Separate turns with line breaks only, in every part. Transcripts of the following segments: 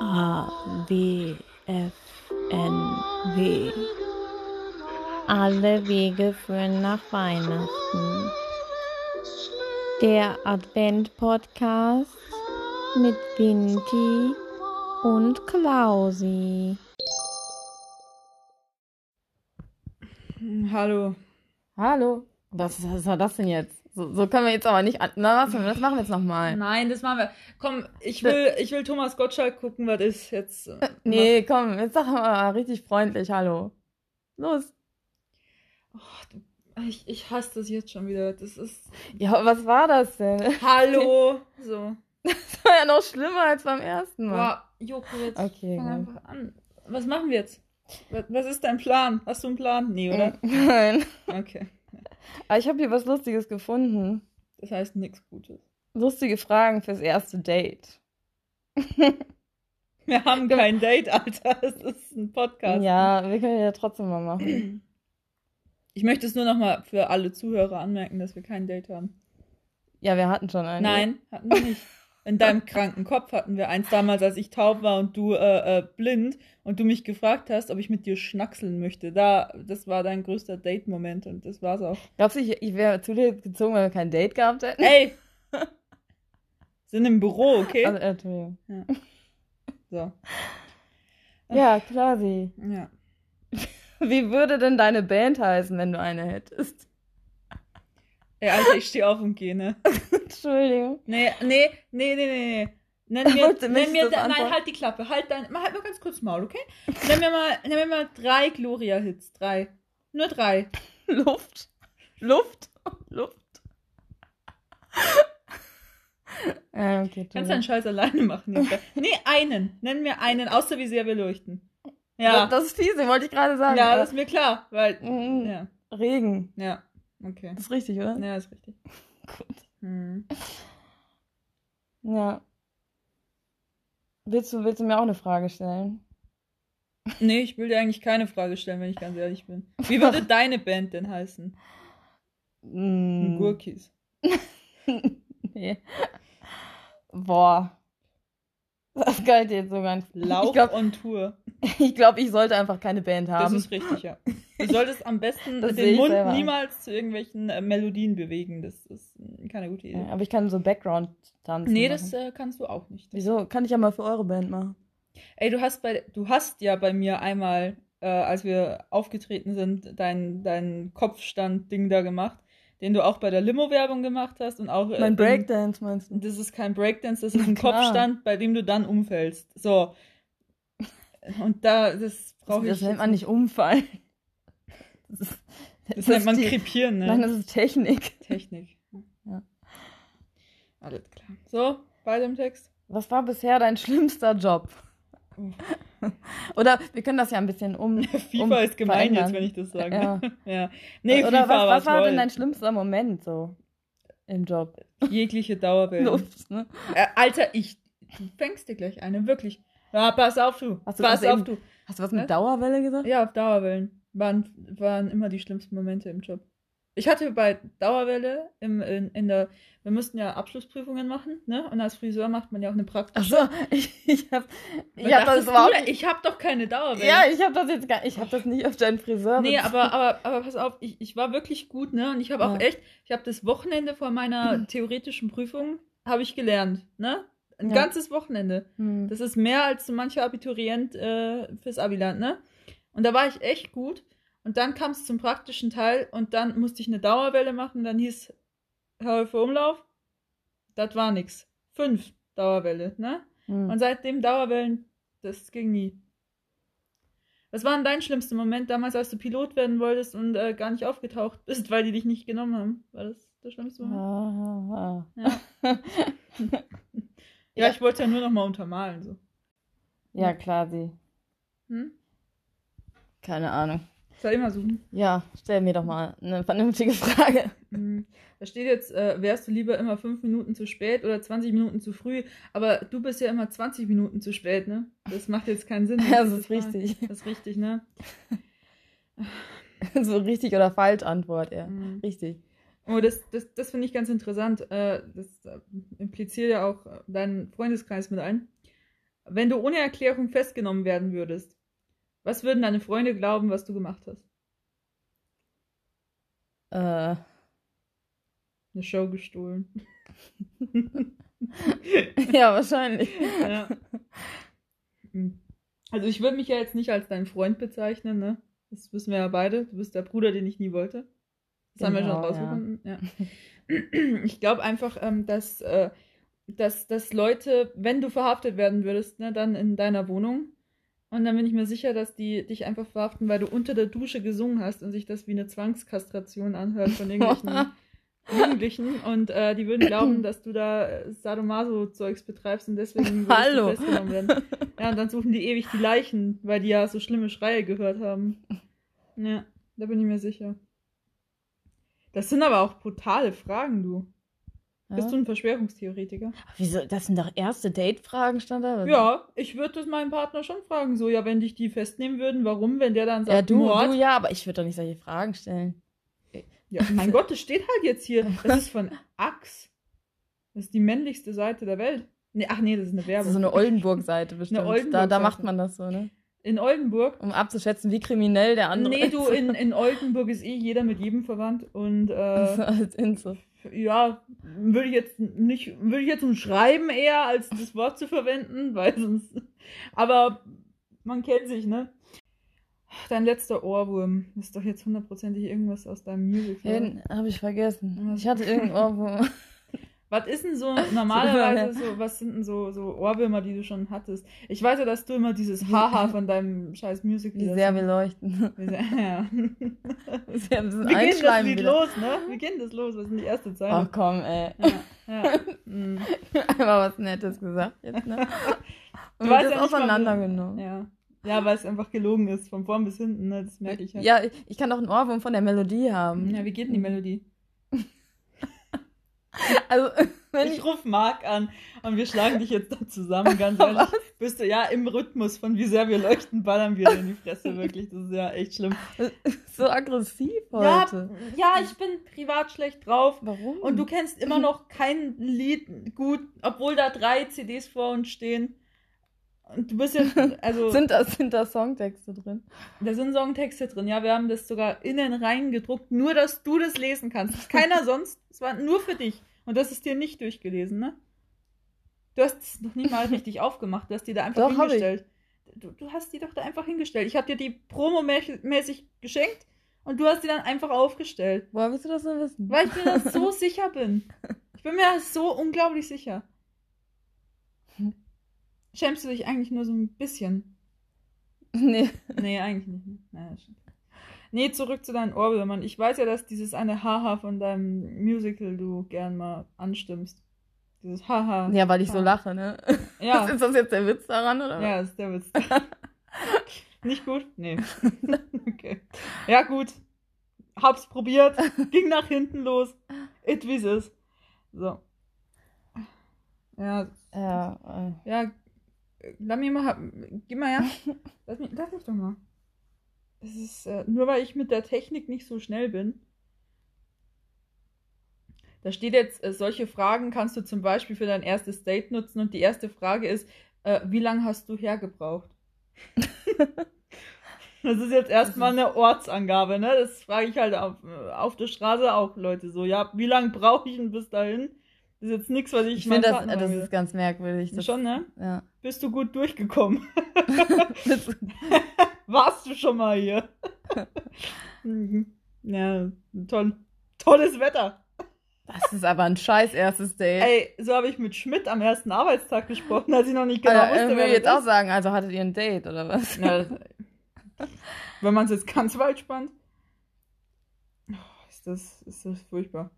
A W F N W. Alle Wege führen nach Weihnachten. Der Advent-Podcast mit Vinti und Klausi.
Hallo.
Hallo. Was, was war das denn jetzt? So, so können wir jetzt aber nicht. an- Na, was, sollen wir- das machen wir jetzt nochmal.
Nein, das machen wir. Komm, ich will, ich will Thomas Gottschalk gucken, was ist jetzt. äh,
Äh. Nee, komm, jetzt sag mal richtig freundlich Hallo. Los.
Ach, Oh, du- ich, ich hasse das jetzt schon wieder. Das ist.
Ja, was war das denn? Das
Hallo! So.
war ja noch schlimmer als beim ersten Mal.
Boah, Joko, jetzt
Okay,
fang
ja.
einfach an. Was machen wir jetzt? Was, was ist dein Plan? Hast du einen Plan? Nee, oder?
Nein.
Okay.
Aber ich habe hier was Lustiges gefunden.
Das heißt nichts Gutes.
Lustige Fragen fürs erste Date.
Wir haben kein Date, Alter. Es ist ein Podcast.
Ja, wir können ja trotzdem mal machen.
Ich möchte es nur nochmal für alle Zuhörer anmerken, dass wir kein Date haben.
Ja, wir hatten schon einen.
Nein, hatten wir nicht. In deinem kranken Kopf hatten wir eins damals, als ich taub war und du äh, äh, blind und du mich gefragt hast, ob ich mit dir schnackseln möchte. Da, das war dein größter Date-Moment und das war's auch.
Glaubst du, ich, ich wäre zu dir gezogen, weil wir kein Date gehabt hätten?
Ey! Sind im Büro, okay?
Also, äh, Entschuldigung.
so.
Ja, klar, sie.
Ja.
Wie würde denn deine Band heißen, wenn du eine hättest?
Ey, Alter, ich stehe auf und gehe, ne?
Entschuldigung.
Nee, nee, nee, nee, nee, nee. Nenn mir,
Wollte mich
nenn mir
das
da, nein,
antworten?
halt die Klappe. Halt dein, mal- halt mal ganz kurz Maul, okay? Nenn mir mal, nenn mir mal drei Gloria-Hits. Drei. Nur drei.
Luft. Luft. Luft. ja, okay,
Kannst deinen
Entschuldigung.
Scheiß alleine machen. Jetzt. Nee, einen. Nenn mir einen, außer wie sehr wir leuchten.
ja.
Ja.
Das ist fiese, wollte ich gerade sagen.
ja, das ist mir klar, weil.
Mhm.
Ja,
Regen.
ja. Okay.
Das ist richtig, oder?
Ja, ist richtig.
Gut.
Hm.
Ja. Willst du, willst du mir auch eine Frage stellen?
Nee, ich will dir eigentlich keine Frage stellen, wenn ich ganz ehrlich bin. Wie würde deine Band denn heißen?
Mm.
Gurkis.
Nee. Boah. Das kann ich dir jetzt sogar nicht.
Lauch
Ich glaube,
on Tour.
ich, glaub, ich sollte einfach keine Band
Das
haben.
ist richtig, ja. Du solltest am besten
Das sehe
den
ich
Mund
selber ein.
niemals zu irgendwelchen äh, Melodien bewegen. Das ist äh, keine gute Idee.
Ja, aber ich kann so Background-Tanzen.
nee,
machen.
das äh, kannst du auch nicht.
Wieso? Kann ich ja mal für eure Band machen.
Ey, du hast bei du hast ja bei mir einmal, äh, als wir aufgetreten sind, dein, dein Kopfstand-Ding da gemacht, den du auch bei der Limo-Werbung gemacht hast und auch. äh,
Mein
im-
Breakdance meinst du?
Das ist kein Breakdance, das ist ein
klar.
Kopfstand, bei dem du dann umfällst. So. Und da, das
Das,
brauche ich.
das nennt man nicht umfallen. Das, ist,
das nennt man
ist die-
krepieren, ne?
Nein, das ist Technik.
Technik.
Ja.
Alles klar. So, bei dem Text.
Was war bisher dein schlimmster Job? Oder wir können das ja ein bisschen um.
FIFA
um
ist gemein
verändern.
jetzt, wenn ich das sage. ne?
Ja.
ja. Nee,
Oder
FIFA
was, was
war
war denn
toll.
dein schlimmster Moment so im Job?
Jegliche Dauerwelle.
Luft, ne?
Äh, Alter, ich. Du fängst dir gleich eine, wirklich. Ja, pass auf, du.
Hast du
pass
das
auf, du.
Hast du was
Was?
mit Dauerwelle gesagt?
Ja, auf Dauerwellen waren, waren immer die schlimmsten Momente im Job. Ich hatte bei Dauerwelle im, in, in der. Wir mussten ja Abschlussprüfungen machen, ne? Und als Friseur macht man ja auch eine Praktik.
Achso, ich, ich hab, ich hab das überhaupt.
Ich hab doch keine Dauerwelle.
Ja, ich hab das jetzt gar Ich hab das nicht auf deinen Friseur.
Nee,
bezogen.
aber, aber, aber pass auf, ich, ich war wirklich gut, ne? Und ich habe auch
Ja.
echt, ich habe das Wochenende vor meiner theoretischen Prüfung, habe ich gelernt, ne? Ein
Ja.
ganzes Wochenende.
Hm.
Das ist mehr als so mancher Abiturient äh, fürs Abiland, ne? Und da war ich echt gut. Und dann kam es zum praktischen Teil und dann musste ich eine Dauerwelle machen. Dann hieß Hilfe Umlauf. Das war nix. Fünf Dauerwelle, ne?
Hm.
Und seitdem Dauerwellen, das ging nie. Was war denn dein schlimmster Moment damals, als du Pilot werden wolltest und äh, gar nicht aufgetaucht bist, weil die dich nicht genommen haben? War das der schlimmste Moment?
Ah, ah, ah.
Ja, ja, ich wollte ja nur nochmal untermalen. So.
Ja, klar, sie.
Hm?
Keine Ahnung.
Soll immer suchen.
Ja, stell mir doch mal eine vernünftige Frage.
Hm. Da steht jetzt, äh, wärst du lieber immer 5 Minuten zu spät oder 20 Minuten zu früh, aber du bist ja immer 20 Minuten zu spät, ne? Das macht jetzt keinen Sinn.
Ja, das ist
war-
richtig.
Das ist richtig, ne?
So richtig oder falsch Antwort, ja.
Hm.
Richtig.
Oh, das, das, das finde ich ganz interessant. Äh, das äh, impliziert ja auch äh, deinen Freundeskreis mit ein. Wenn du ohne Erklärung festgenommen werden würdest, was würden deine Freunde glauben, was du gemacht hast?
Äh,
Eine Show gestohlen.
ja, wahrscheinlich.
ja. Hm. Also ich würde mich ja jetzt nicht als dein Freund bezeichnen, ne? Das wissen wir ja beide. Du bist der Bruder, den ich nie wollte. Das haben wir schon
Genau, ja.
rausgefunden. Ja. Ich glaube einfach, ähm, dass, äh, dass, dass Leute, wenn du verhaftet werden würdest, ne, dann in deiner Wohnung. Und dann bin ich mir sicher, dass die dich einfach verhaften, weil du unter der Dusche gesungen hast und sich das wie eine Zwangskastration anhört von irgendwelchen Jugendlichen. Und äh, die würden glauben, dass du da äh, Sadomaso-Zeugs betreibst und deswegen würdest du
Hallo.
festgenommen werden. Ja, und dann suchen die ewig die Leichen, weil die ja so schlimme Schreie gehört haben. Ja, da bin ich mir sicher. Das sind aber auch brutale Fragen, du. Bist du ein Verschwörungstheoretiker?
Ach, Wieso? Das sind doch erste Date-Fragen, stand da?
Ja, ich würde das meinem Partner schon fragen. So, ja, wenn dich die festnehmen würden, warum? Wenn der dann sagt,
Ja, du,
Mord.
du ja, aber ich würde doch nicht solche Fragen stellen.
Ja, mein Gott, das steht halt jetzt hier. Das ist von Axe. Das ist die männlichste Seite der Welt. Nee, ach nee, das ist eine
Das
Werbung.
ist Also so eine Oldenburg-Seite bestimmt. da, da
Oldenburg-Seite.
macht man das so, ne?
in Oldenburg.
Um abzuschätzen, wie kriminell der andere
Nee,
ist.
du, in, in Oldenburg ist eh jeder mit jedem verwandt. Und
Also,
äh,
als Inso.
ja, würde ich jetzt nicht, würde ich jetzt umschreiben eher, als das Wort zu verwenden, weil sonst. Aber man kennt sich, ne? Dein letzter Ohrwurm. Das ist doch jetzt hundertprozentig irgendwas aus deinem Musical.
Den habe ich vergessen.
Ja.
Ich hatte irgendwo.
Was ist denn so
Ja.
normalerweise so, was sind denn so, so Ohrwürmer, die du schon hattest? Ich weiß ja, dass du immer dieses Haha von deinem scheiß Musical
Wie sehr wir leuchten.
Wie sehr- ja.
Sehr ein
Wir gehen
bisschen
das
einschleimen
Lied
wieder.
los, ne? Wir gehen das los, was ist denn die erste
Oh
Zeile?
komm, ey.
Ja. Mm.
Einmal was Nettes gesagt jetzt, ne?
weißt
Und wird das
ja nicht mal,
auseinandergenommen.
ja. ja, weil es einfach gelogen ist, von vorn bis hinten, ne? Das merke ich ja.
Ja, Mhm. ich- ich kann auch einen Ohrwurm von der Melodie haben.
Ja, wie geht denn die Melodie?
Also, wenn
Ich
ich.
ruf Marc an und wir schlagen dich jetzt da zusammen, ganz ehrlich. Bist du ja im Rhythmus von wie sehr wir leuchten, ballern wir dir in die Fresse, wirklich. Das ist ja echt schlimm.
So aggressiv heute.
Ja, ja, ich bin privat schlecht drauf.
Warum?
Und du kennst
Mhm.
immer noch kein Lied gut, obwohl da drei CDs vor uns stehen. Und du bist jetzt, also,
sind, da, sind da Songtexte drin?
da sind Songtexte drin. Ja, wir haben das sogar innen rein gedruckt, nur dass du das lesen kannst. Das ist keiner sonst. Es war nur für dich. Und das ist dir nicht durchgelesen, ne? Du hast es noch nicht mal richtig aufgemacht. Du hast die da einfach
Doch, hab ich.
hingestellt. Du, du hast die doch da einfach hingestellt. Ich habe dir die promomäßig geschenkt und du hast die dann einfach aufgestellt.
Woher willst du das denn wissen?
Weil ich mir das so sicher bin. Ich bin mir das so unglaublich sicher.
Hm.
Schämst du dich eigentlich nur so ein bisschen?
Nee.
Nee, eigentlich nicht. ne? Naja, das stimmt. Nee, zurück zu deinen Ohrwürmern. Ich weiß ja, dass dieses eine Haha von deinem Musical du gern mal anstimmst. Dieses Haha.
Ja, weil ich so lache, ne?
Ja,
Ist das jetzt der Witz daran, oder?
ja ist der Witz. nicht gut? Nee. okay. Ja, gut. Hab's probiert. Ging nach hinten los. It wie es ist. So. Ja,
Ja, äh,
ja, lass mich mal, geh mal her. Lass mich, lass mich doch mal. Das ist, äh, nur weil ich mit der Technik nicht so schnell bin. Da steht jetzt, äh, solche Fragen kannst du zum Beispiel für dein erstes Date nutzen und die erste Frage ist, äh, wie lange hast du hergebraucht? das ist jetzt erstmal eine Ortsangabe, ne? Das frage ich halt auf, äh, auf der Straße auch Leute so. Ja, wie lange brauche ich denn bis dahin? Das ist jetzt nichts, was ich,
ich finde,
meinem
das, äh,
Partner
das
sage.
ist ganz merkwürdig. Das,
Schon, ne?
Ja.
Bist du gut durchgekommen?
Das,
Warst du schon mal hier? Mhm. ja, toll. Tolles Wetter.
das ist aber ein scheiß erstes Date.
Ey, so habe ich mit Schmidt am ersten Arbeitstag gesprochen, als ich noch nicht genau
Alter,
wusste,
äh,
wer
will jetzt auch
das
sagen, also hattet ihr ein Date oder was?
ist. Na, das- wenn man es jetzt ganz weit spannt, Oh, ist das, ist das furchtbar.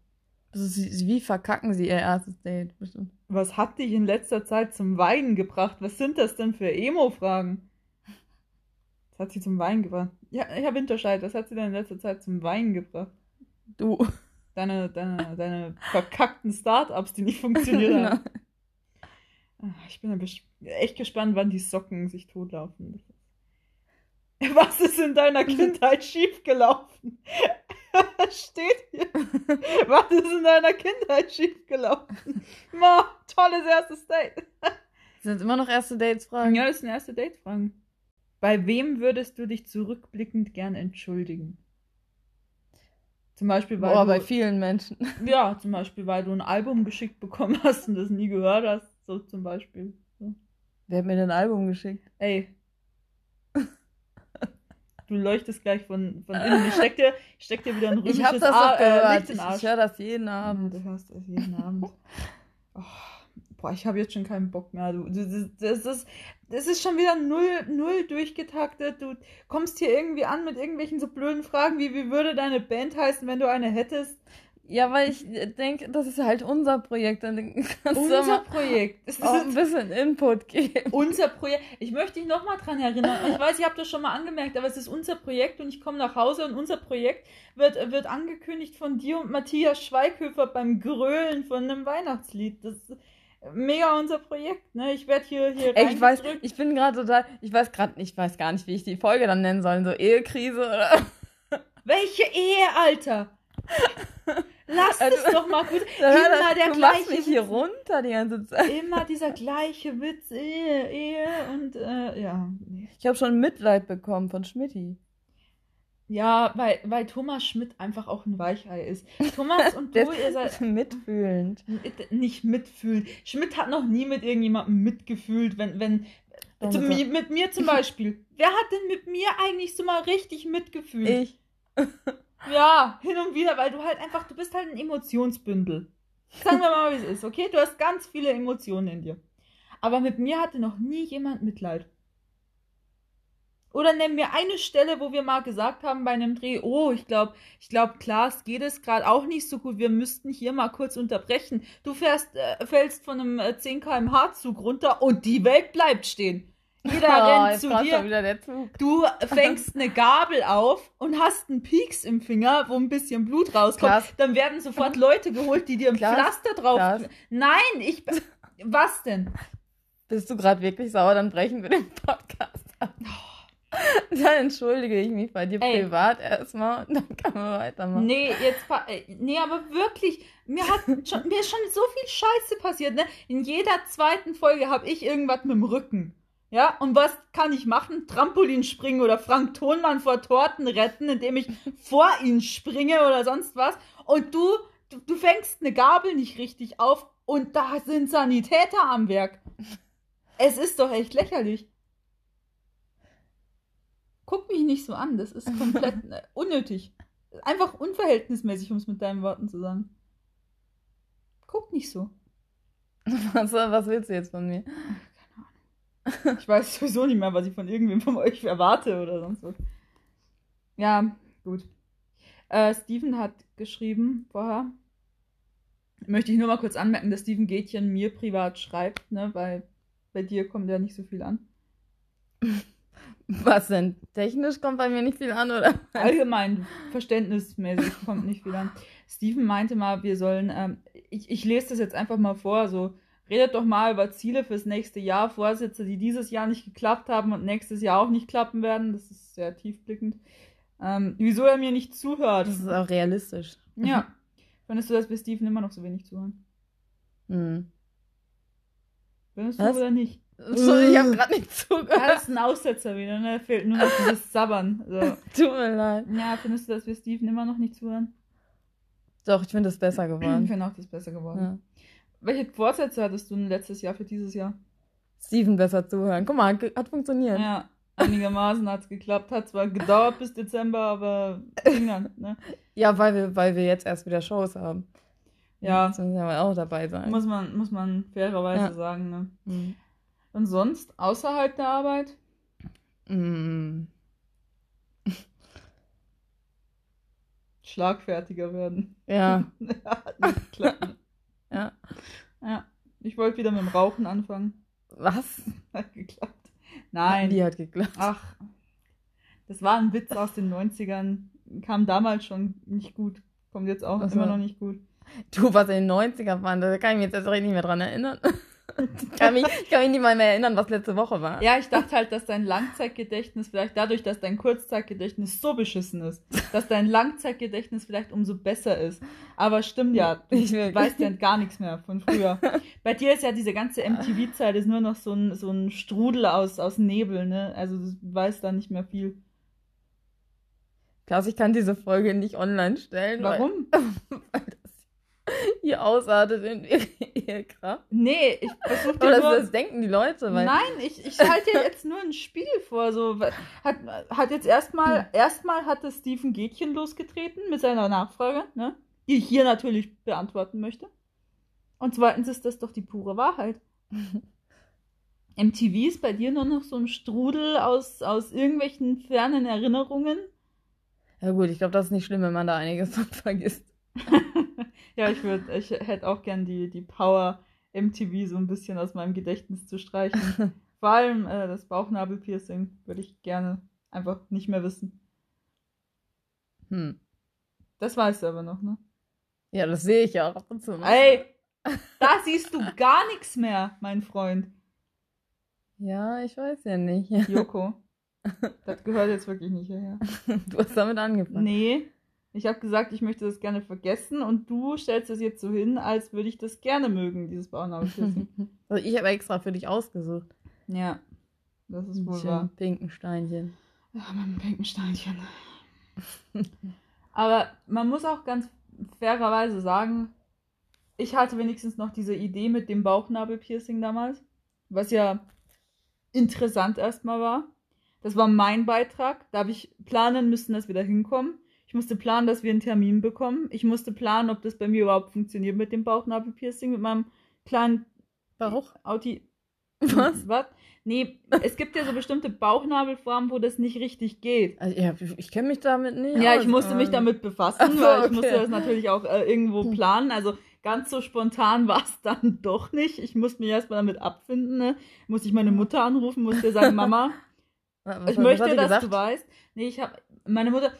Das ist, wie verkacken Also sie ihr erstes Date? Bestimmt.
Was hat dich in letzter Zeit zum Weinen gebracht? Was sind das denn für Emo-Fragen? Was hat sie zum Weinen gebracht? Ja, Herr Winterscheid, was hat sie denn in letzter Zeit zum Weinen gebracht?
Du.
Deine, deine, deine verkackten Startups, die nicht funktioniert haben. Ach, Ich bin ja bes- echt gespannt, wann die Socken sich totlaufen. Was ist in deiner Kindheit schiefgelaufen? Steht hier. Was ist in deiner Kindheit schiefgelaufen? Ma, tolles erstes Date.
Sind immer noch erste Dates fragen?
Ja, das sind erste Date-Fragen. Bei wem würdest du dich zurückblickend gern entschuldigen? Zum Beispiel, weil
Boah,
du,
bei vielen Menschen.
ja, zum Beispiel, weil du ein Album geschickt bekommen hast und das nie gehört hast, so zum Beispiel. So.
Wer hat mir denn ein Album geschickt?
Ey. Du leuchtest gleich von, von innen. Ich steck dir, ich steck dir wieder ein römisches
Ich hab das
Ar-
doch
äh,
gehört.
Licht in den
ich
Arsch.
ich höre das jeden
Ja,
Abend.
Du hörst es jeden Abend. Oh, boah, ich habe jetzt schon keinen Bock mehr. Du, du, du- das, ist, das ist schon wieder null, null durchgetaktet. Du kommst hier irgendwie an mit irgendwelchen so blöden Fragen wie, wie würde deine Band heißen, wenn du eine hättest?
Ja, weil ich denke, das ist halt unser Projekt. Dann kannst du
Unser
mal
Projekt. Das ist
auch ein bisschen Input geben.
unser Projekt. Ich möchte dich nochmal dran erinnern. Ich weiß, ich habe das schon mal angemerkt, aber es ist unser Projekt und ich komme nach Hause und unser Projekt wird, wird angekündigt von dir und Matthias Schweighöfer beim Grölen von einem Weihnachtslied. Das ist mega unser Projekt, ne? Ich werde hier, hier
Ey, ich weiß,
reingedrückt.
ich bin gerade total, ich weiß gerade, ich weiß gar nicht, wie ich die Folge dann nennen soll, so Ehekrise oder.
Welche Ehe, Alter! Lass
Also,
es doch mal gut.
Hör
Immer
das,
der
du machst
gleiche
mich hier
Witz.
runter die ganze Zeit.
Immer dieser gleiche Witz, Ehe, Ehe und äh, ja. nee.
Ich habe schon Mitleid bekommen von Schmidti.
Ja, weil, weil Thomas Schmidt einfach auch ein Weichei ist. Thomas und du,
Der
ihr seid
ist mitfühlend.
N- nicht mitfühlen. Schmidt hat noch nie mit irgendjemandem mitgefühlt, wenn, wenn
Doch,
zum,
mit der-
mit mir zum Beispiel. Wer hat denn mit mir eigentlich so mal richtig mitgefühlt?
Ich.
Ja, hin und wieder, weil du halt einfach, du bist halt ein Emotionsbündel. Sagen wir mal, wie es ist, okay? Du hast ganz viele Emotionen in dir. Aber mit mir hatte noch nie jemand Mitleid. Oder nenn mir eine Stelle, wo wir mal gesagt haben bei einem Dreh, oh, ich glaube, ich glaube, Klaas geht es gerade auch nicht so gut. Wir müssten hier mal kurz unterbrechen. Du fährst, äh, fällst von einem äh, 10 km/h Zug runter und die Welt bleibt stehen. Jeder
Oh,
rennt
jetzt
zu
kommt
dir.
schon wieder der Zug.
Du fängst eine Gabel auf und hast einen Pieks im Finger, wo ein bisschen Blut rauskommt.
Klaas.
Dann werden sofort Leute geholt, die dir ein
Klaas,
Pflaster drauf.
Klaas.
Nein, ich. Was denn?
Bist du gerade wirklich sauer, dann brechen wir den Podcast ab. Dann entschuldige ich mich bei dir
Oh. Ey.
privat erstmal und dann kann man weitermachen.
Nee, jetzt. pa- äh, Nee, aber wirklich. Mir, hat schon, mir ist schon so viel Scheiße passiert. Ne? In jeder zweiten Folge habe ich irgendwas mit dem Rücken. Ja, und was kann ich machen? Trampolin springen oder Frank Thonmann vor Torten retten, indem ich vor ihn springe oder sonst was. Und du, du, du fängst eine Gabel nicht richtig auf und da sind Sanitäter am Werk. Es ist doch echt lächerlich. Guck mich nicht so an, das ist komplett äh, unnötig. Einfach unverhältnismäßig, um es mit deinen Worten zu sagen. Guck nicht so.
Was, was willst du jetzt von mir?
Ich weiß sowieso nicht mehr, was ich von irgendwem von euch erwarte oder sonst was. Ja, gut. Äh, Steven hat geschrieben vorher. Möchte ich nur mal kurz anmerken, dass Steven Gätchen mir privat schreibt, ne, weil bei dir kommt ja nicht so viel an.
Was denn? Technisch kommt bei mir nicht viel an, oder?
Allgemein, verständnismäßig kommt nicht viel an. Steven meinte mal, wir sollen, ähm, ich, ich lese das jetzt einfach mal vor, so, redet doch mal über Ziele fürs nächste Jahr, Vorsätze, die dieses Jahr nicht geklappt haben und nächstes Jahr auch nicht klappen werden. Das ist sehr tiefblickend. Ähm, wieso er mir nicht zuhört?
Das ist auch realistisch.
Ja. Findest du, dass wir Steven immer noch so wenig zuhören?
Hm.
Findest
Was?
du oder nicht?
Entschuldigung, ich habe gerade nicht zugehört.
Das ist ein Aussetzer wieder, ne? Fehlt nur noch dieses Sabbern. So.
Tut mir leid.
Ja, findest du, dass wir Steven immer noch nicht zuhören?
Doch, ich finde es besser
Ich
geworden.
finde auch, das ist besser geworden.
Ja.
Welche Vorsätze hattest du denn letztes Jahr für dieses Jahr?
Steven besser zuhören. Guck mal, hat- hat funktioniert.
Ja, einigermaßen hat es geklappt. Hat zwar gedauert bis Dezember, aber ging dann. Ne?
Ja, weil wir, weil wir jetzt erst wieder Shows haben.
Ja,
Das müssen wir aber auch dabei sein.
muss man, muss man fairerweise
Ja.
sagen. Ne?
Hm.
Und sonst, außerhalb der Arbeit?
Mm.
Schlagfertiger werden.
Ja,
Hat nicht geklappt.
ja.
ja. Ich wollte wieder mit dem Rauchen anfangen.
Was?
Hat geklappt. Nein.
Die hat geklappt.
Ach, das war ein Witz aus den 90ern. Kam damals schon nicht gut. Kommt jetzt auch
Ach so.
immer noch nicht gut.
Du, was in den 90ern waren, da kann ich mich jetzt erst recht nicht mehr dran erinnern. Ich kann, mich, ich kann mich nicht mal mehr erinnern, was letzte Woche war.
Ja, ich dachte halt, dass dein Langzeitgedächtnis vielleicht dadurch, dass dein Kurzzeitgedächtnis so beschissen ist, dass dein Langzeitgedächtnis vielleicht umso besser ist. Aber stimmt ja,
Nicht
ich
wirklich.
weiß ja gar nichts mehr von früher. Bei dir ist ja diese ganze MTV-Zeit ist nur noch so ein, so ein Strudel aus, aus Nebel, ne? Also du weißt da nicht mehr viel.
Klaus, ich kann diese Folge nicht online stellen.
Warum?
Weil, weil das hier ausartet in Ehekraft.
Nee, ich versuche
Oder
dir nur...
das, das denken die Leute, weil
Nein, ich, ich halte dir jetzt nur ein Spiel vor. So. Hat, hat jetzt erstmal, erstmal hat es Stephen Gätchen losgetreten mit seiner Nachfrage, ne? die ich hier natürlich beantworten möchte. Und zweitens ist das doch die pure Wahrheit. MTV ist bei dir nur noch so ein Strudel aus, aus irgendwelchen fernen Erinnerungen.
Ja gut, ich glaube, das ist nicht schlimm, wenn man da einiges von vergisst.
Ja, ich würde, ich hätte auch gern die, die Power, MTV so ein bisschen aus meinem Gedächtnis zu streichen. Vor allem äh, das Bauchnabelpiercing würde ich gerne einfach nicht mehr wissen.
Hm.
Das weißt du aber noch, ne?
Ja, das sehe ich ja auch ab und zu. mal.
Ey, da siehst du gar nichts mehr, mein Freund.
Ja, ich weiß ja nicht.
Joko. Das gehört jetzt wirklich nicht hierher.
Du hast damit angefangen.
Nee, ich habe gesagt, ich möchte das gerne vergessen und du stellst das jetzt so hin, als würde ich das gerne mögen, dieses Bauchnabelpiercing.
Also ich habe extra für dich ausgesucht.
ja, das ist
Ein
wohl
bisschen
wahr.
pinken Steinchen.
Ja, mit dem pinken Steinchen. Aber man muss auch ganz fairerweise sagen, ich hatte wenigstens noch diese Idee mit dem Bauchnabelpiercing damals, was ja interessant erstmal war. Das war mein Beitrag. Da habe ich planen müssen, dass wir da hinkommen. Ich musste planen, dass wir einen Termin bekommen. Ich musste planen, ob das bei mir überhaupt funktioniert mit dem Bauchnabelpiercing, mit meinem kleinen
Bauch?
Auti.
Was?
Was? Nee, es gibt ja so bestimmte Bauchnabelformen, wo das nicht richtig geht.
Also, ja, ich ich kenne mich damit nicht.
Ja,
aus,
ich musste mich
ähm,
damit
Ach
befassen,
so,
weil ich
okay. Hm.
musste das natürlich auch äh, irgendwo planen. Also ganz so spontan war es dann doch nicht. Ich musste mich erstmal damit abfinden. Ne? Musste ich meine Mutter anrufen, musste ihr sagen, Mama,
wa- Was,
ich möchte,
was
dass
hat sie
du
gesagt?
weißt. Nee, ich habe meine Mutter,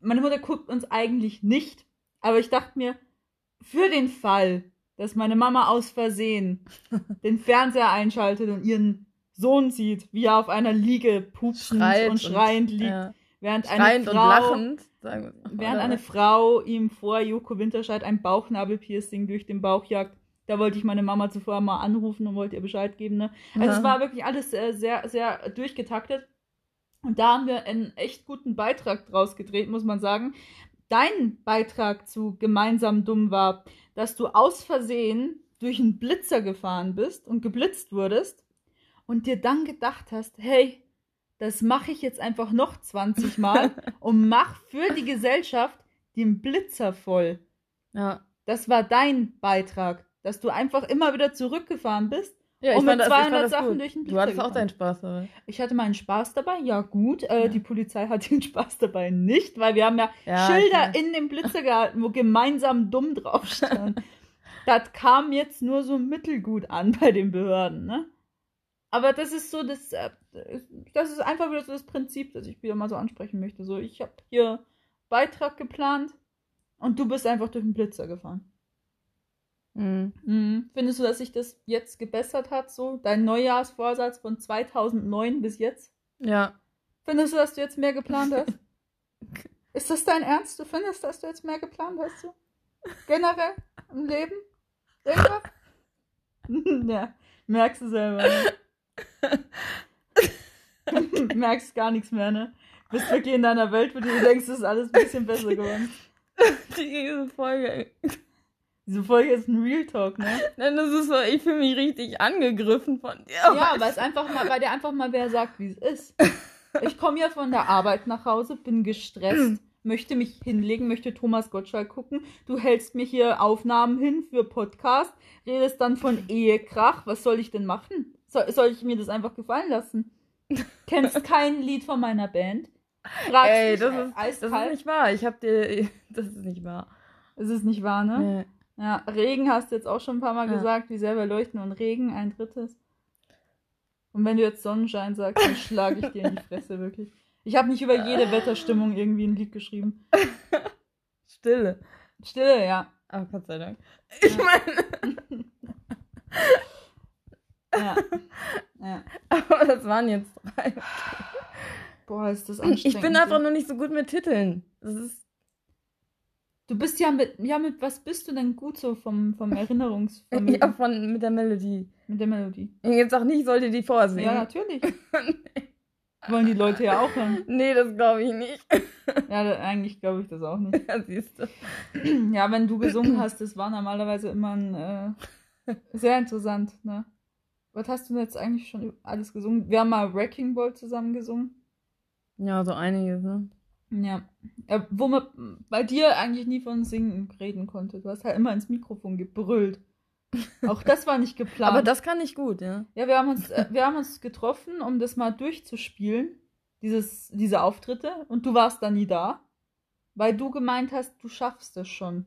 meine Mutter guckt uns eigentlich nicht, aber ich dachte mir, für den Fall, dass meine Mama aus Versehen den Fernseher einschaltet und ihren Sohn sieht, wie er auf einer Liege pupsend
Schreit
und schreiend liegt,
Ja.
während
Schreiend
eine
und
Frau
lachend. Sagen wir.
Während eine Frau ihm vor Joko Winterscheid ein Bauchnabelpiercing durch den Bauch jagt, da wollte ich meine Mama zuvor mal anrufen und wollte ihr Bescheid geben. Ne? Also
Ja.
es war wirklich alles äh, sehr, sehr durchgetaktet. Und da haben wir einen echt guten Beitrag draus gedreht, muss man sagen. Dein Beitrag zu Gemeinsam Dumm war, dass du aus Versehen durch einen Blitzer gefahren bist und geblitzt wurdest und dir dann gedacht hast, hey, das mache ich jetzt einfach noch 20 Mal und mach für die Gesellschaft den Blitzer voll.
Ja.
Das war dein Beitrag, dass du einfach immer wieder zurückgefahren bist.
Ja, ich
Und um mit
fand das- ich fand
200
das
Sachen
gut.
durch den
Du hattest
Blitzer
auch deinen Spaß dabei.
Ich hatte meinen Spaß dabei, ja gut. Äh,
Ja.
Die Polizei hat den Spaß dabei nicht, weil wir haben ja,
Ja,
Schilder
ich weiß.
in dem Blitzer gehalten, wo gemeinsam dumm drauf stand. das kam jetzt nur so mittelgut an bei den Behörden, ne? Aber das ist so das, äh, das ist einfach wieder so das Prinzip, das ich wieder mal so ansprechen möchte. So, ich habe hier Beitrag geplant und du bist einfach durch den Blitzer gefahren.
Mhm.
Mhm. Findest du, dass sich das jetzt gebessert hat, so dein Neujahrsvorsatz von 2009 bis jetzt?
Ja.
Findest du, dass du jetzt mehr geplant hast? Ist das dein Ernst? Du findest, dass du jetzt mehr geplant hast? So? Generell im Leben? Irgendwas? ja, merkst du selber. Ne? merkst gar nichts mehr, ne? Bist wirklich in deiner Welt, wo du denkst, es ist alles ein bisschen besser geworden.
Diese Folge.
Diese Folge ist ein Real Talk, ne?
Nein, das ist so, ich fühle mich richtig angegriffen von dir.
Ja, weil es einfach mal, weil dir einfach mal wer sagt, wie es ist. Ich komme ja von der Arbeit nach Hause, bin gestresst, möchte mich hinlegen, möchte Thomas Gottschalk gucken. Du hältst mir hier Aufnahmen hin für Podcast, redest dann von Ehekrach. Was soll ich denn machen? Soll, soll ich mir das einfach gefallen lassen? Kennst kein Lied von meiner Band? Fragst
Ey,
mich,
das
äh,
ist, das ist
eiskalt.
nicht wahr. Ich hab dir. Das ist nicht wahr.
Es ist nicht wahr, ne?
Nee.
Ja, Regen hast du jetzt auch schon ein paar Mal
Ja.
gesagt, wie selber leuchten und Regen, ein drittes. Und wenn du jetzt Sonnenschein sagst, dann schlage ich dir in die Fresse, wirklich. Ich habe nicht über jede Wetterstimmung irgendwie ein Lied geschrieben.
Stille.
Stille, ja.
Ah, Gott sei Dank. Ich
Ja.
meine.
Ja. ja.
Aber das waren jetzt drei.
Boah, ist das anstrengend.
Ich bin einfach nur nicht so gut mit Titeln. Das ist,
Du bist ja mit, ja, mit was bist du denn gut so vom, vom Erinnerungsvermögen?
ja, von, mit der Melodie.
Mit der Melodie.
Jetzt auch nicht, sollte die vorsingen.
Ja, natürlich. Wollen die Leute ja auch hören.
Nee, das glaube ich nicht.
Ja, da, eigentlich glaube ich das auch nicht.
Ja, siehst du.
Ja, wenn du gesungen hast, das war normalerweise immer ein, äh, sehr interessant, ne? Was hast du denn jetzt eigentlich schon alles gesungen? Wir haben mal Wrecking Ball zusammen gesungen.
Ja, so einiges, ne?
Ja. Äh, wo man bei dir eigentlich nie von Singen reden konnte. Du hast halt immer ins Mikrofon gebrüllt. Auch das war nicht geplant.
Aber das kann ich gut, ja.
Ja, wir haben uns, äh, wir haben uns getroffen, um das mal durchzuspielen, dieses, diese Auftritte. Und du warst da nie da, weil du gemeint hast, du schaffst es schon.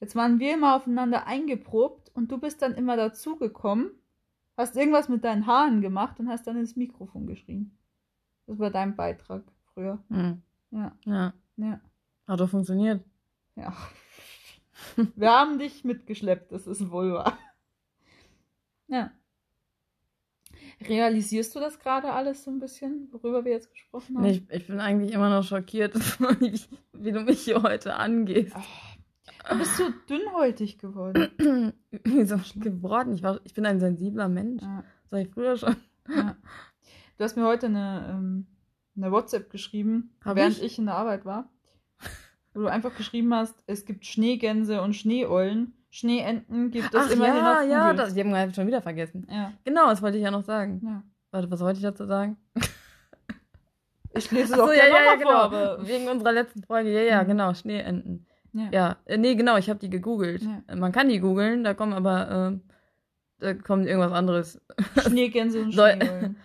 Jetzt waren wir immer aufeinander eingeprobt und du bist dann immer dazugekommen, hast irgendwas mit deinen Haaren gemacht und hast dann ins Mikrofon geschrien. Das war dein Beitrag früher.
Hm.
Ja,
Ja.
ja,
Hat doch funktioniert.
ja. Wir haben dich mitgeschleppt, das ist wohl wahr. Ja. Realisierst du das gerade alles so ein bisschen, worüber wir jetzt gesprochen haben?
Nee, ich, ich bin eigentlich immer noch schockiert, wie, wie du mich hier heute angehst.
Ach, Ah, du bist so dünnhäutig geworden.
Wieso geworden? Ich, war, ich bin ein sensibler Mensch.
Ja,
Das Sag ich früher schon.
ja. Du hast mir heute eine, ähm, eine WhatsApp geschrieben,
Hab
während
ich?
ich? in der Arbeit war, wo du einfach geschrieben hast, es gibt Schneegänse und Schneeeulen. Schneeenten gibt es
Ach
immerhin
ja,
auf
ja,
Google.
das, ich habe halt schon wieder vergessen.
ja,
Genau, das wollte ich ja noch sagen.
ja.
Warte, was wollte ich dazu sagen?
Ich lese es
Ach
auch
so,
ja, nochmal vor,
genau.
aber...
Wegen unserer letzten Folge. Ja, ja,
Mhm.
genau, Schneeenten.
Ja.
Ja, äh, nee, genau, ich habe die gegoogelt. Äh,
Ja.
Man kann die googeln, da kommen aber, ähm, da kommt irgendwas anderes.
Schneegänse und
Soll-
Schneeeulen.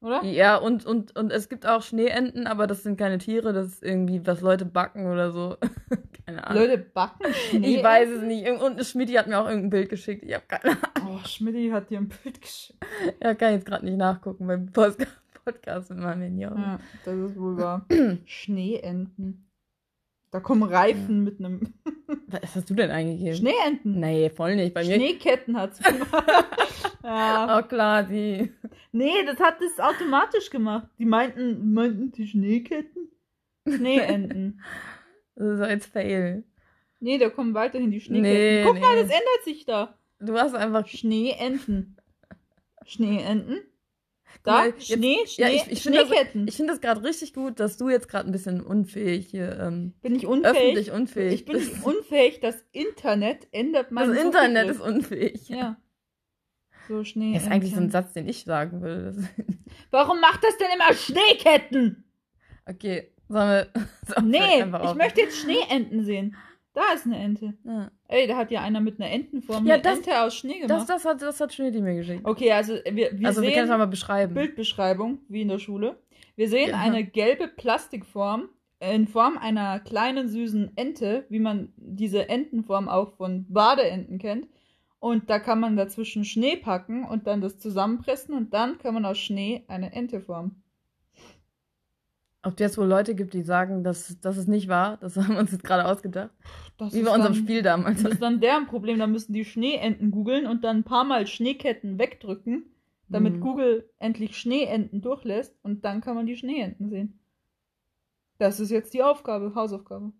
Oder?
Ja, und, und, und es gibt auch Schneeenten, aber das sind keine Tiere, das ist irgendwie, was Leute backen oder so. keine Ahnung.
Leute backen Schnee.
ich weiß es nicht. Irgend- Und Schmidti hat mir auch irgendein Bild geschickt. Ich habe
Oh, Schmidti hat dir ein Bild geschickt.
ja, kann jetzt gerade nicht nachgucken beim Post Podcast mit meinem Handy. auf.
Ja, das ist wohl wahr. Schneeenten. Da kommen Reifen mit einem.
Was hast du denn eingegeben?
Schneeenten.
Nee, voll nicht. Bei mir.
Schneeketten hat es gemacht. ja.
Oh klar, die.
Nee, das hat es automatisch gemacht. Die meinten, meinten die Schneeketten? Schneeenten.
Das ist doch jetzt fail.
Nee, da kommen weiterhin die Schneeketten.
Nee,
Guck mal,
nee.
das ändert sich da.
Du hast einfach.
Schneeenten. Schneeenten. Da,
Guck mal, jetzt-
Schnee, Schnee,
ja, ich- ich find das-
Schneeketten.
Ich finde das gerade richtig gut, dass du jetzt gerade ein bisschen unfähig hier. Ähm,
bin ich unfähig.
öffentlich unfähig.
Ich bin
bist.
nicht unfähig, das Internet ändert
das
meinen
Internet ist
Suchbegriff.
unfähig.
Ja. So Schnee.
Das ist eigentlich so ein
entfernt.
Satz, den ich sagen würde. Das,
Warum macht das denn immer Schneeketten?
okay, sollen wir. sollen wir
Nee,
einfach
ich
auf-
möchte jetzt Schneeenten sehen. Da ist eine Ente.
Ja.
Ey, da hat ja einer mit einer Entenform
Ja,
eine
das-
Ente aus Schnee
Das,
gemacht.
das hat, das hat Schmidti mir geschickt.
okay, also wir, wir
also, wir können
sehen
es mal beschreiben.
Bildbeschreibung, wie in der Schule. Wir sehen
Ja.
eine gelbe Plastikform in Form einer kleinen süßen Ente, wie man diese Entenform auch von Badeenten kennt. Und da kann man dazwischen Schnee packen und dann das zusammenpressen und dann kann man aus Schnee eine Ente formen.
Ob es jetzt wohl Leute gibt, die sagen, dass das ist nicht wahr, das haben wir uns jetzt gerade ausgedacht.
Das
Wie
ist
bei unserem
dann-
Spiel damals.
Das ist dann deren Problem. Da müssen die Schneeenten googeln und dann ein paar Mal Schneeketten wegdrücken, damit
Mhm.
Google endlich Schneeenten durchlässt und dann kann man die Schneeenten sehen. Das ist jetzt die Aufgabe, Hausaufgabe.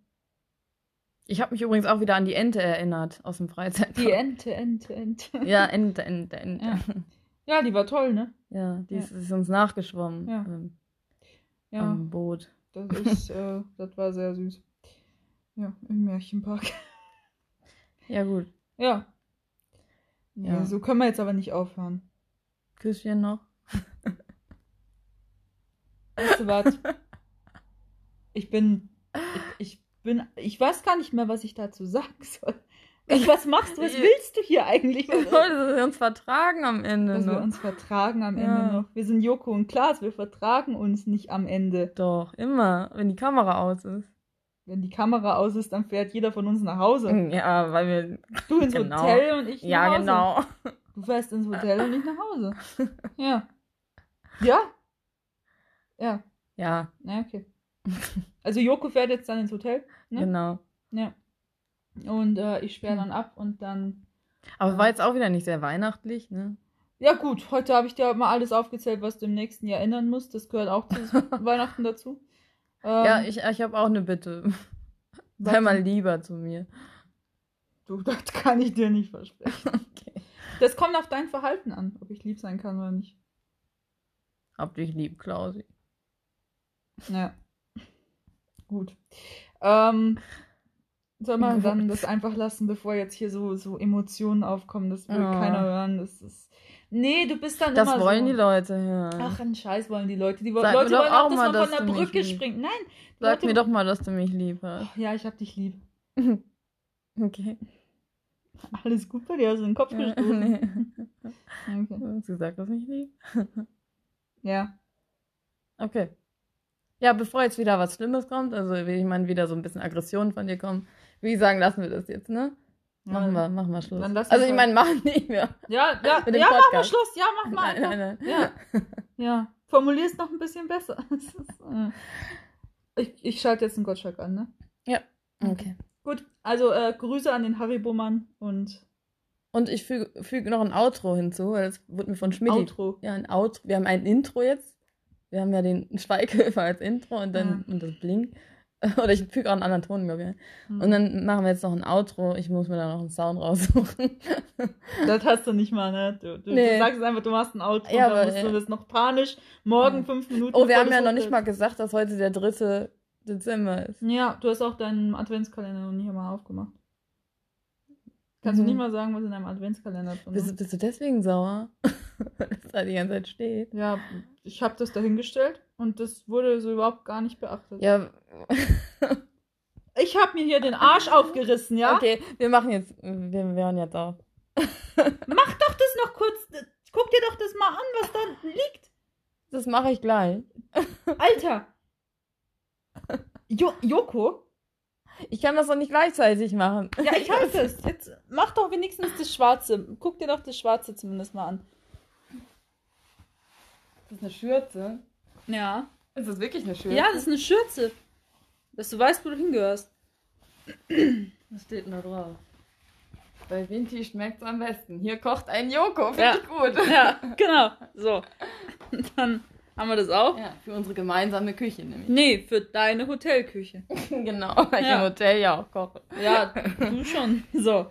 Ich habe mich übrigens auch wieder an die Ente erinnert aus dem Freizeit.
Die Ente, Ente, Ente.
Ja, Ente, Ente, Ente.
Ja.
Ja,
Ja, die war toll, ne?
die
Ja.
Ist, ist uns nachgeschwommen
Ja.
ähm,
Ja,
am Boot.
das ist, äh, das war sehr süß. Ja, im Märchenpark.
Ja, gut.
Ja. Nee,
Ja.
So können wir jetzt aber nicht aufhören.
Küsschen noch.
Weißt du was? Ich bin, ich, ich bin, ich weiß gar nicht mehr, was ich dazu sagen soll. Ich, was machst du? Was willst du hier eigentlich?
Wir sollten uns vertragen am Ende.
Dass wir
Ne?
uns vertragen am Ende
Ja.
noch. Wir sind Joko und Klaas, wir vertragen uns nicht am Ende.
Doch, immer, wenn die Kamera aus ist.
Wenn die Kamera aus ist, dann fährt jeder von uns nach Hause.
Ja, weil wir.
Du ins
Genau.
Hotel und ich nach
Ja,
Hause.
genau.
Du fährst ins Hotel und ich nach Hause. Ja. Ja. Ja.
Ja,
Na, okay. Also Joko fährt jetzt dann ins Hotel. Ne?
genau.
Ja. Und äh, ich sperre
Hm.
dann ab und dann.
Aber war jetzt auch wieder nicht sehr weihnachtlich, ne?
Ja gut, heute habe ich dir mal alles aufgezählt, was du im nächsten Jahr ändern musst. Das gehört auch zu Weihnachten dazu. Ähm,
Ja, ich, ich habe auch eine Bitte. Sei
Was?
mal lieber zu mir.
Du, das kann ich dir nicht versprechen. Das kommt auf dein Verhalten an, ob ich lieb sein kann oder nicht.
Hab dich lieb, Klausi.
Ja. Gut. Ähm, soll man
Gut.
dann das einfach lassen, bevor jetzt hier so, so Emotionen aufkommen? Das will
Ja.
keiner hören. Das ist. Nee, du bist dann
Ah. Das
immer
wollen
so.
die Leute hören.
Ach, einen Scheiß wollen die Leute. Die wo-
Sag mir
Leute
doch
wollen auch,
auch
dass man
mal,
von
dass
der
du mich
Brücke
liebst.
springt. Nein, die
Sag
Leute-
mir doch mal, dass du mich lieb hast.
Ach, ja, ich hab dich lieb.
Okay.
Alles gut bei dir, hast du den Kopf
Ja,
gestoßen.
nee.
Okay.
Hast du gesagt, dass ich lieb?
Ja.
Okay. Ja, bevor jetzt wieder was Schlimmes kommt, also ich meine, wieder so ein bisschen Aggression von dir kommen, würde ich sagen, lassen wir das jetzt, ne? Machen wir, machen wir Schluss.
Dann lass
also
uns
ich
halt-
meine, machen nicht mehr.
Ja, ja,
Mit dem
ja mach mal
Podcast.
Schluss. Ja, mach mal.
Nein,
einfach.
nein, nein.
Ja. Ja. Formulier es noch ein bisschen besser. Es ist, äh, ich, ich schalte jetzt einen Gottschalk an, ne?
Okay.
Gut, also äh, Grüße an den Haribo-Mann und
Und ich füge, füge noch ein Outro hinzu, weil das wurde mir von Schmidt.
Outro.
Ja, ein Outro. Wir haben ein Intro jetzt. Wir haben ja den Schweighöfer als Intro und dann und das Bling. Oder ich füge auch einen anderen Ton, glaube ich. ein.
Mhm. Hm.
Und dann machen wir jetzt noch ein Outro. Ich muss mir da noch einen Sound raussuchen.
das hast du nicht mal, ne? Du, du, du
Nee.
sagst einfach, du machst ein Outro,
Ja,
und
aber,
dann musst du
äh,
das noch panisch morgen fünf Minuten.
Oh, wir
bevor
haben ja
das
noch nicht mal
hochlädst.
gesagt, dass heute der 3. Dezember ist.
Ja, du hast auch deinen Adventskalender noch nicht einmal aufgemacht. Kannst du
Mhm.
nicht mal sagen, was in deinem Adventskalender drin
Bist, du-
ist?
bist du deswegen sauer? dass da die ganze Zeit steht.
Ja, ich habe das dahingestellt und das wurde so überhaupt gar nicht beachtet.
Ja,
Ich habe mir hier den Arsch aufgerissen, ja?
okay, wir machen jetzt, wir, wir hören jetzt auf.
Mach doch das noch kurz. Guck dir doch das mal an, was da liegt.
Das mache ich gleich.
Alter. Jo Joko?
Ich kann das doch nicht gleichzeitig machen.
Ja, ich halte es. Jetzt mach doch wenigstens das Schwarze. Guck dir doch das Schwarze zumindest mal an.
Das ist eine Schürze.
Ja.
Ist das wirklich eine Schürze?
Ja, das ist eine Schürze. Dass du weißt, wo du hingehörst.
Was steht denn da drauf? Bei Vinti schmeckt's am besten. Hier kocht ein Joko, finde
Ja.
ich gut.
Ja, genau. So. Und dann haben wir das auch.
Ja, für unsere gemeinsame Küche nämlich.
Nee, für deine Hotelküche.
genau, weil ich
Ja.
im Hotel ja auch koche.
Ja, du schon. So.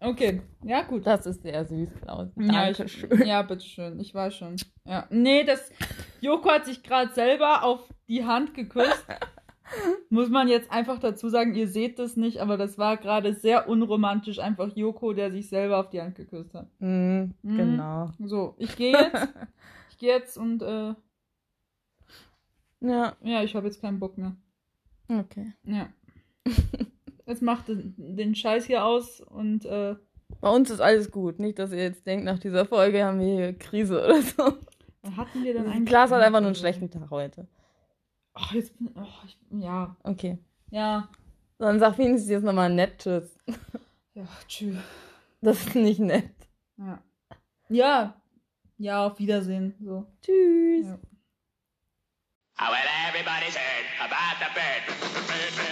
Okay. Ja, gut.
Das ist sehr süß, Klaus.
Ja, ich,
Dankeschön.
ja, bitteschön. Ich weiß schon. Ja. Nee, das. Joko hat sich gerade selber auf die Hand geküsst. Muss man jetzt einfach dazu sagen, ihr seht das nicht, aber das war gerade sehr unromantisch, einfach Joko, der sich selber auf die Hand geküsst hat.
Mhm, genau.
So, ich gehe jetzt. Ich gehe jetzt und äh,
Ja,
ja, ich habe jetzt keinen Bock mehr.
okay.
Ja. Jetzt macht den- den Scheiß hier aus und äh,
Bei uns ist alles gut. Nicht, dass ihr jetzt denkt, nach dieser Folge haben wir hier Krise oder so.
hatten wir dann eigentlich.
Klaas hat einfach nur einen schlechten Tag heute.
Ach, jetzt bin ach, ich. Ja.
Okay.
Ja.
Dann sag wenigstens jetzt nochmal nett Tschüss.
Ja, tschüss.
Das ist nicht nett.
Ja. Ja. Ja, auf Wiedersehen. So.
Tschüss.
Ja.
Ah, Oh, well, everybody's heard about the bird. Bird, bird.